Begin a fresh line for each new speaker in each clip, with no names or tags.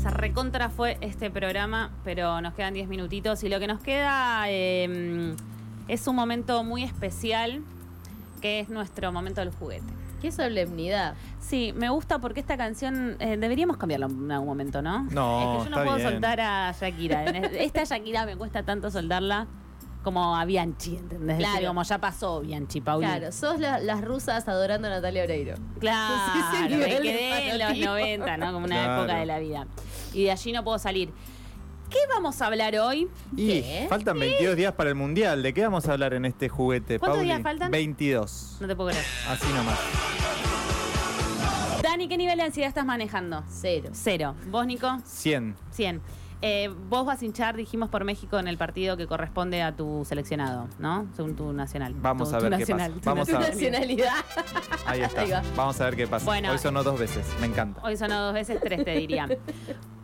se recontra fue este programa, pero nos quedan 10 minutitos y lo que nos queda eh, es un momento muy especial, que es nuestro momento del juguete.
Qué solemnidad.
Sí, me gusta porque esta canción eh, deberíamos cambiarla en algún momento, ¿no?
No,
es que yo no
está
puedo
bien.
soltar a Shakira. En es- Esta Shakira me cuesta tanto soltarla como a Bianchi, ¿entendés?
Claro.
Decir, como ya pasó Bianchi, Pauli.
Claro, sos la- las rusas adorando a Natalia Oreiro.
Claro,
Ese es el
me
nivel
quedé
de
en los
fanatismo.
90, ¿no? Como una
Claro.
época de la vida. Y de allí no puedo salir. ¿Qué vamos a hablar hoy?
Y
¿Qué?
faltan 22 días para el mundial. ¿De qué vamos a hablar en este juguete,
¿Cuántos
Pauli?
días faltan?
22.
No te puedo creer.
Así nomás.
Dani, ¿qué nivel de ansiedad estás manejando?
Cero.
Cero. ¿Vos, Nico?
100.
100. Eh, vos vas a hinchar, dijimos, por México en el partido que corresponde a tu seleccionado, ¿no? Según tu nacional.
Vamos
Tu-
a
tu
ver qué
nacional,
pasa.
tu
Vamos a
Tu
ver.
nacional.
nacionalidad. Ahí
Ahí está.
va.
Vamos a ver qué pasa.
Bueno.
Hoy sonó dos veces. Me encanta.
Hoy sonó dos veces, tres te diría.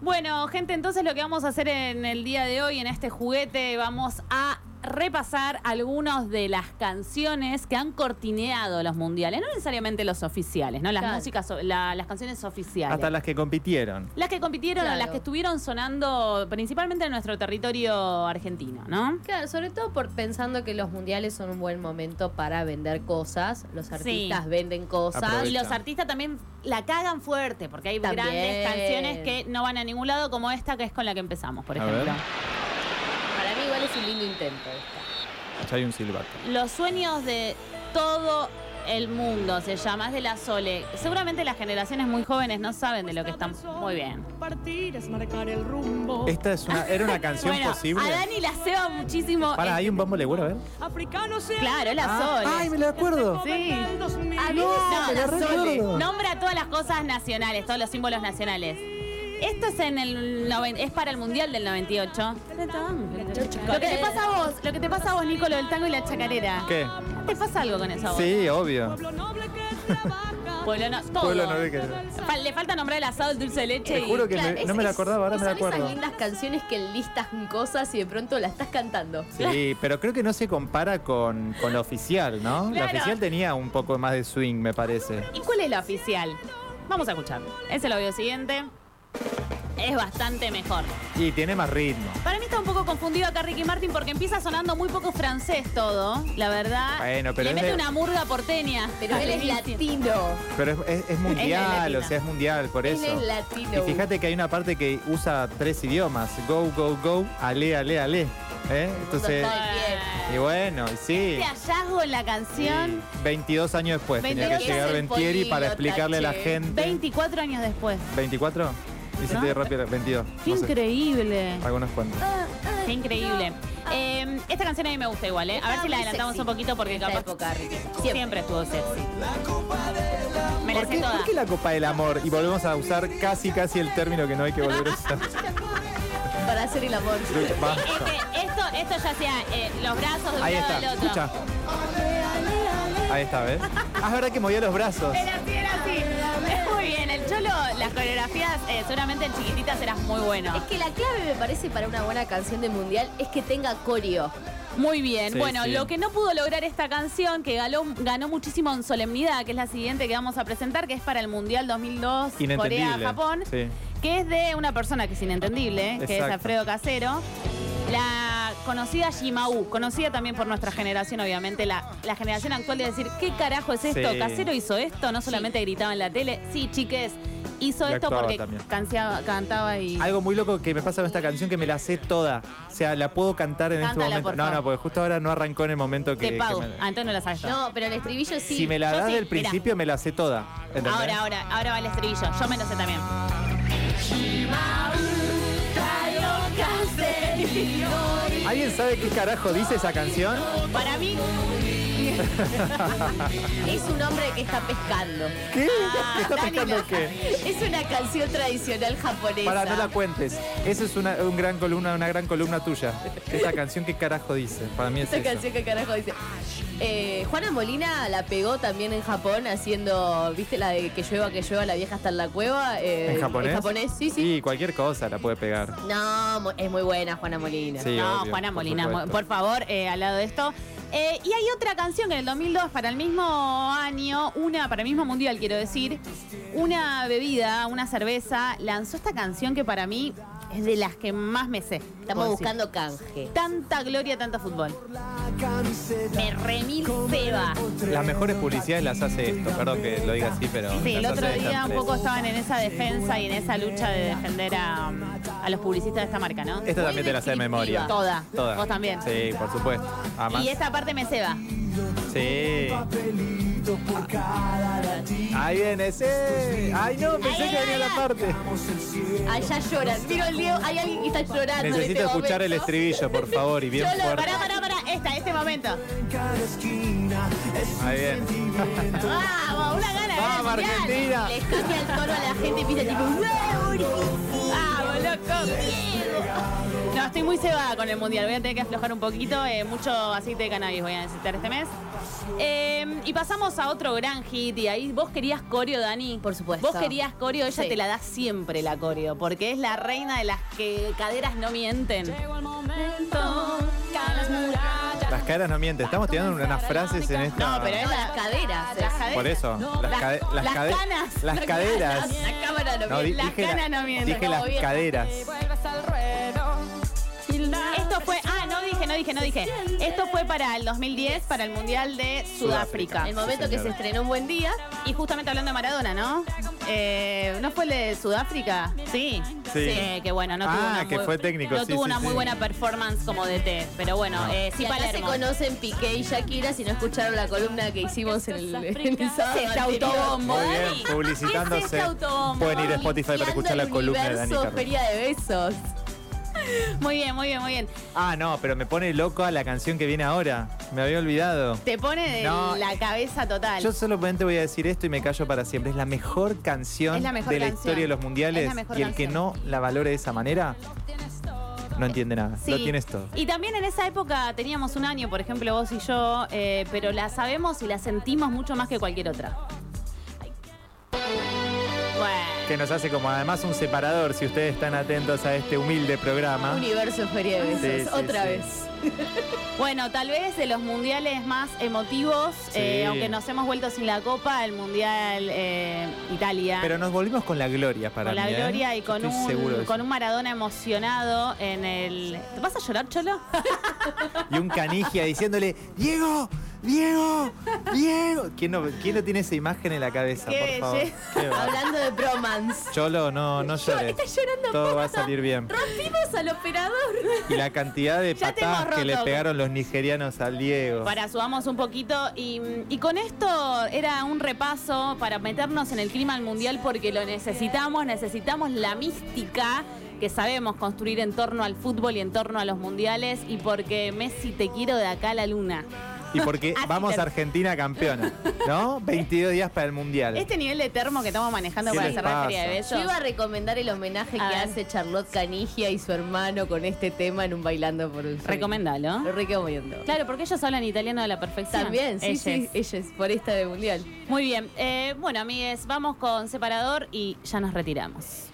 Bueno, gente, entonces lo que vamos a hacer en el día de hoy, en este juguete, vamos a repasar algunas de las canciones que han cortineado los mundiales. No necesariamente los oficiales, ¿no? Las
Claro.
músicas, o- la- las canciones oficiales.
Hasta las que compitieron.
Las que compitieron,
Claro.
las que estuvieron sonando principalmente en nuestro territorio argentino, ¿no?
Claro, sobre todo por pensando que los mundiales son un buen momento para vender cosas. Los artistas venden cosas.
Y
Aprovecha.
los artistas también la cagan fuerte, porque hay
También.
grandes canciones que no van a ningún lado, como esta que es con la que empezamos, por
A ver.
ejemplo.
Para mí igual es un lindo intento. esta.
Ya hay un silbato.
Los sueños de todo el mundo se llama, es de la Sole. Seguramente las generaciones muy jóvenes no saben de lo que están. Muy bien.
Partir es marcar el rumbo.
Esta es una, era una canción
Bueno,
posible.
a Dani la ceba muchísimo.
Para,
Eh,
hay un bombo legüero, a ver.
Africano se
Claro, es la Sole.
ay, me lo acuerdo.
Sí. A mí-
no,
no,
la
la Sole.
recuerdo.
Nombra todas las cosas nacionales, todos los símbolos nacionales. Esto es en el noven- es para el Mundial del 98. Lo que te pasa a vos, lo que te pasa a vos, Nico, lo del tango y la chacarera.
¿Qué?
¿Te pasa algo con eso a vos?
Sí, obvio.
Pueblo noble que trabaja.
Pueblo no, todo.
Pueblo no ve que-
Fal- Le falta nombrar el asado, el dulce de leche
Te
y-
juro que me-
es-
no me la
es-
acordaba, ahora me la
son
acuerdo.
esas lindas canciones que listas cosas y de pronto la estás cantando.
Sí, pero creo que no se compara con, con la oficial, ¿no? La
Claro.
oficial tenía un poco más de swing, me parece.
¿Y cuál es la oficial? Vamos a escuchar. Es el audio siguiente. Es bastante mejor.
Y tiene más ritmo.
Para mí está un poco confundido acá Ricky Martin porque empieza sonando muy poco francés todo, la verdad.
Bueno, pero
Le
es
mete
de-
una murga porteña.
Pero él es latino.
Pero es, es- es mundial,
latina.
o sea, es mundial, por
Él
eso.
es latino.
Y fíjate que hay una parte que usa tres idiomas. Go, go, go, ale, ale, ale. ¿Eh? Entonces,
Ah,
Todo bien.
y bueno, y sí.
Este hallazgo en la canción,
y 22 años después tenía
22
que llegar
es el
Ventieri para
políglota,
explicarle a la
che.
gente.
24 años después.
24? Hiciste
¿No?
rápido, 22.
Qué
no sé,
increíble.
algunos cuantos.
Ah,
Qué increíble. Eh, esta canción a mí me gusta igual, ¿eh? A ver si la adelantamos un poquito porque
en esta
capaz
época, Ricky.
siempre. estuvo sexy. Me la
¿Por
sé
qué,
toda.
por qué la copa del amor? Y volvemos a usar casi, casi el término que no hay que volver a usar.
Para hacer el amor.
Creo que basta.
Este- esto, esto ya sea eh, los brazos de un
Ahí
lado al
está,
otro.
escucha. Ahí está, ¿ves? Ah, es verdad que movía los brazos.
Era así, era así. Muy bien, el cholo, las coreografías, eh, seguramente en chiquititas eras muy bueno.
Es que la clave me parece para una buena canción de mundial es que tenga coreo.
Muy bien,
Sí,
bueno,
sí.
lo que no pudo lograr esta canción, que ganó, ganó muchísimo en solemnidad, que es la siguiente que vamos a presentar, que es para el Mundial 2002
Inentendible.
Corea-Japón,
Sí.
que es de una persona que es inentendible, que es
Exacto.
Alfredo Casero. La conocida Shimau, conocida también por nuestra generación, obviamente, la, la generación actual de decir, ¿qué carajo es esto?
Sí.
Casero hizo esto, no solamente gritaba en la tele, sí, chiques, hizo
Y
esto
actuaba
porque
también.
canseaba- cantaba y...
Algo muy loco que me pasa con esta canción que me la sé toda. O sea, la puedo cantar en
Cántala,
este momento.
por
no,
favor.
no, porque justo ahora no arrancó en el momento que.
Te
que
pago.
me-
Ah, entonces no la sabes. yo.
No, pero el estribillo sí.
Si me la
yo
das
sí,
del
mirá.
principio, me la sé toda. ¿entendés?
Ahora, ahora, ahora va el estribillo. Yo me lo sé también.
¿Alguien sabe qué carajo dice esa canción?
Para mí,
Es un hombre que está pescando.
¿Qué?
Ah,
¿Qué está
Dani,
pensando
no.
qué?
Es una canción tradicional japonesa.
Para, no la cuentes. Esa es una, un gran columna, una gran columna tuya. Esa canción, ¿qué carajo dice? Para mí es
Esta
eso.
canción que carajo dice. Eh, Juana Molina la pegó también en Japón haciendo, ¿viste la de que llueva, que llueva, la vieja hasta en la cueva? Eh,
¿En japonés?
En japonés, sí, sí.
Y cualquier cosa la puede pegar.
No, mo- es muy buena Juana Molina.
Sí,
no,
obvio,
Juana
por
Molina, mo-
supuesto.
por, favor, eh, al lado de esto. Eh, y hay otra canción que en el 2002, para el mismo año, una para el mismo mundial, quiero decir, una bebida, una cerveza, lanzó esta canción que para mí es de las que más me sé.
Estamos
puedo decir.
buscando canje.
Tanta gloria, tanto fútbol. Me remil ceba.
Las mejores publicidades las hace esto, perdón que lo diga así, pero.
Sí, el
las
otro
hace
día un
bastante.
poco estaban en esa defensa y en esa lucha de defender a, a los publicistas de esta marca, ¿no?
Esta también te la sé de memoria.
Toda. Vos también.
Sí, por supuesto. Además.
Y esta parte me ceba.
Sí. Ah. Ahí viene ese. Ay, no, pensé
Ahí
que venía la
va.
parte.
Allá lloran. Miro el Diego, hay alguien que está llorando. en
Necesito
este
escuchar el
momento.
estribillo, por favor, y bien
Yo lo,
fuerte.
pará, pará, pará. Esta, este momento.
Ahí bien.
¡Vamos! ¡Una gana! de
Vamos,
ganar el mundial.
Argentina.
Les cambia el tono a la gente y empieza tipo, ¡Wow, Ulises!
¡Vamos, loco! Diego. No, estoy muy cebada con el mundial. Voy a tener que aflojar un poquito. eh, mucho aceite de cannabis voy a necesitar este mes. Eh, y pasamos a otro gran hit. Y ahí vos querías coreo, Dani.
Por supuesto.
Vos querías coreo. Ella
Sí.
te la da siempre la coreo. Porque es la reina de las que caderas no mienten.
Llegó el momento que a las murallas
Las caras no mienten. Estamos tirando unas frases en esta.
No, pero es la
Las caderas.
Las caderas.
Por eso. Las,
Las-
cade- las
las
cade-
canas.
Las caderas.
La cámara no,
No, di-
miente. Las
dije la-
canas no Eh, mienten.
Dije las caderas.
vuelves al ruedo. Y nada
Esto fue, ah, no dije, no dije, no dije. Esto fue para el 2010, para el Mundial de Sudáfrica.
El momento
Sí,
que
señora.
se estrenó un buen día.
Y justamente hablando de Maradona, ¿no? Eh, ¿No fue el de Sudáfrica? Sí.
Sí.
que bueno, no tuvo
Ah,
una
que
muy-
fue técnico,
No
sí,
tuvo
sí,
una muy
sí.
buena performance como DT, pero bueno, eh, sí
y acá
Palermo.
se conocen Piqué y Shakira si no escucharon la columna que hicimos en el, en el sábado.
Se está
anterior.
autobombo.
Muy bien,
¿Qué es
publicitándose.
este autobombo?
Pueden ir a Spotify para escuchar la
Limpiando
columna de
el
Dani
universo,
Carrión.
Feria de besos.
Muy bien, muy bien, muy bien.
Ah, no, pero me pone loco a la canción que viene ahora. Me había olvidado.
Te pone de
No.
la cabeza total.
Yo solamente voy a decir esto y me callo para siempre. Es la mejor canción
Es la mejor
de la
canción.
historia de los mundiales.
Es la mejor
y el que
canción.
no la valore de esa manera, no entiende nada.
Sí.
Lo tienes todo.
Y también en esa época teníamos un año, por ejemplo, vos y yo, eh, pero la sabemos y la sentimos mucho más que cualquier otra. Bueno,
Que nos hace como además un separador si ustedes están atentos a este humilde programa.
Universo Feria de
Sí,
besos.
sí,
Otra
sí.
vez.
Bueno, tal vez de los mundiales más emotivos, eh, aunque nos hemos vuelto sin la copa, el mundial eh, Italia.
Pero nos volvimos con la gloria para
con la
mí, ¿eh?
gloria y
Yo
con
estoy seguro de
un,
eso.
con un Maradona emocionado en el... ¿Te vas a llorar, Cholo?
Y un canigia diciéndole, Diego, Diego, Diego. ¿Quién no, quién no tiene esa imagen en la cabeza,
Qué
por favor?
belleza.
Qué va-
Hablando de bromance.
Cholo, no, no llores.
está llorando
Todo va a salir bien.
Rompimos al operador.
Y la cantidad de
Ya te hemos
patadas que le
roto.
pegaron los nigerianos al Diego.
Para, subamos un poquito. Y, y con esto era un repaso para meternos en el clima del mundial porque lo necesitamos, necesitamos la mística que sabemos construir en torno al fútbol y en torno a los mundiales y porque Messi te quiero de acá a la luna.
Y porque
Así
vamos
te-
a Argentina campeona, ¿no? 22 días para el Mundial.
Este nivel de termo que estamos manejando
¿Qué
para
les
cerrar
pasa?
Feria de Bellos.
Yo iba a recomendar el homenaje
A
que
ver.
hace Charlotte Canigia y su hermano con este tema en un bailando por un Sueño.
Recomendalo.
Lo recomiendo.
Claro, porque ellos hablan italiano de la perfección.
También, sí,
Ellos.
sí, ellas, por esta de mundial.
Muy bien. Eh, bueno, amigues, vamos con separador y ya nos retiramos.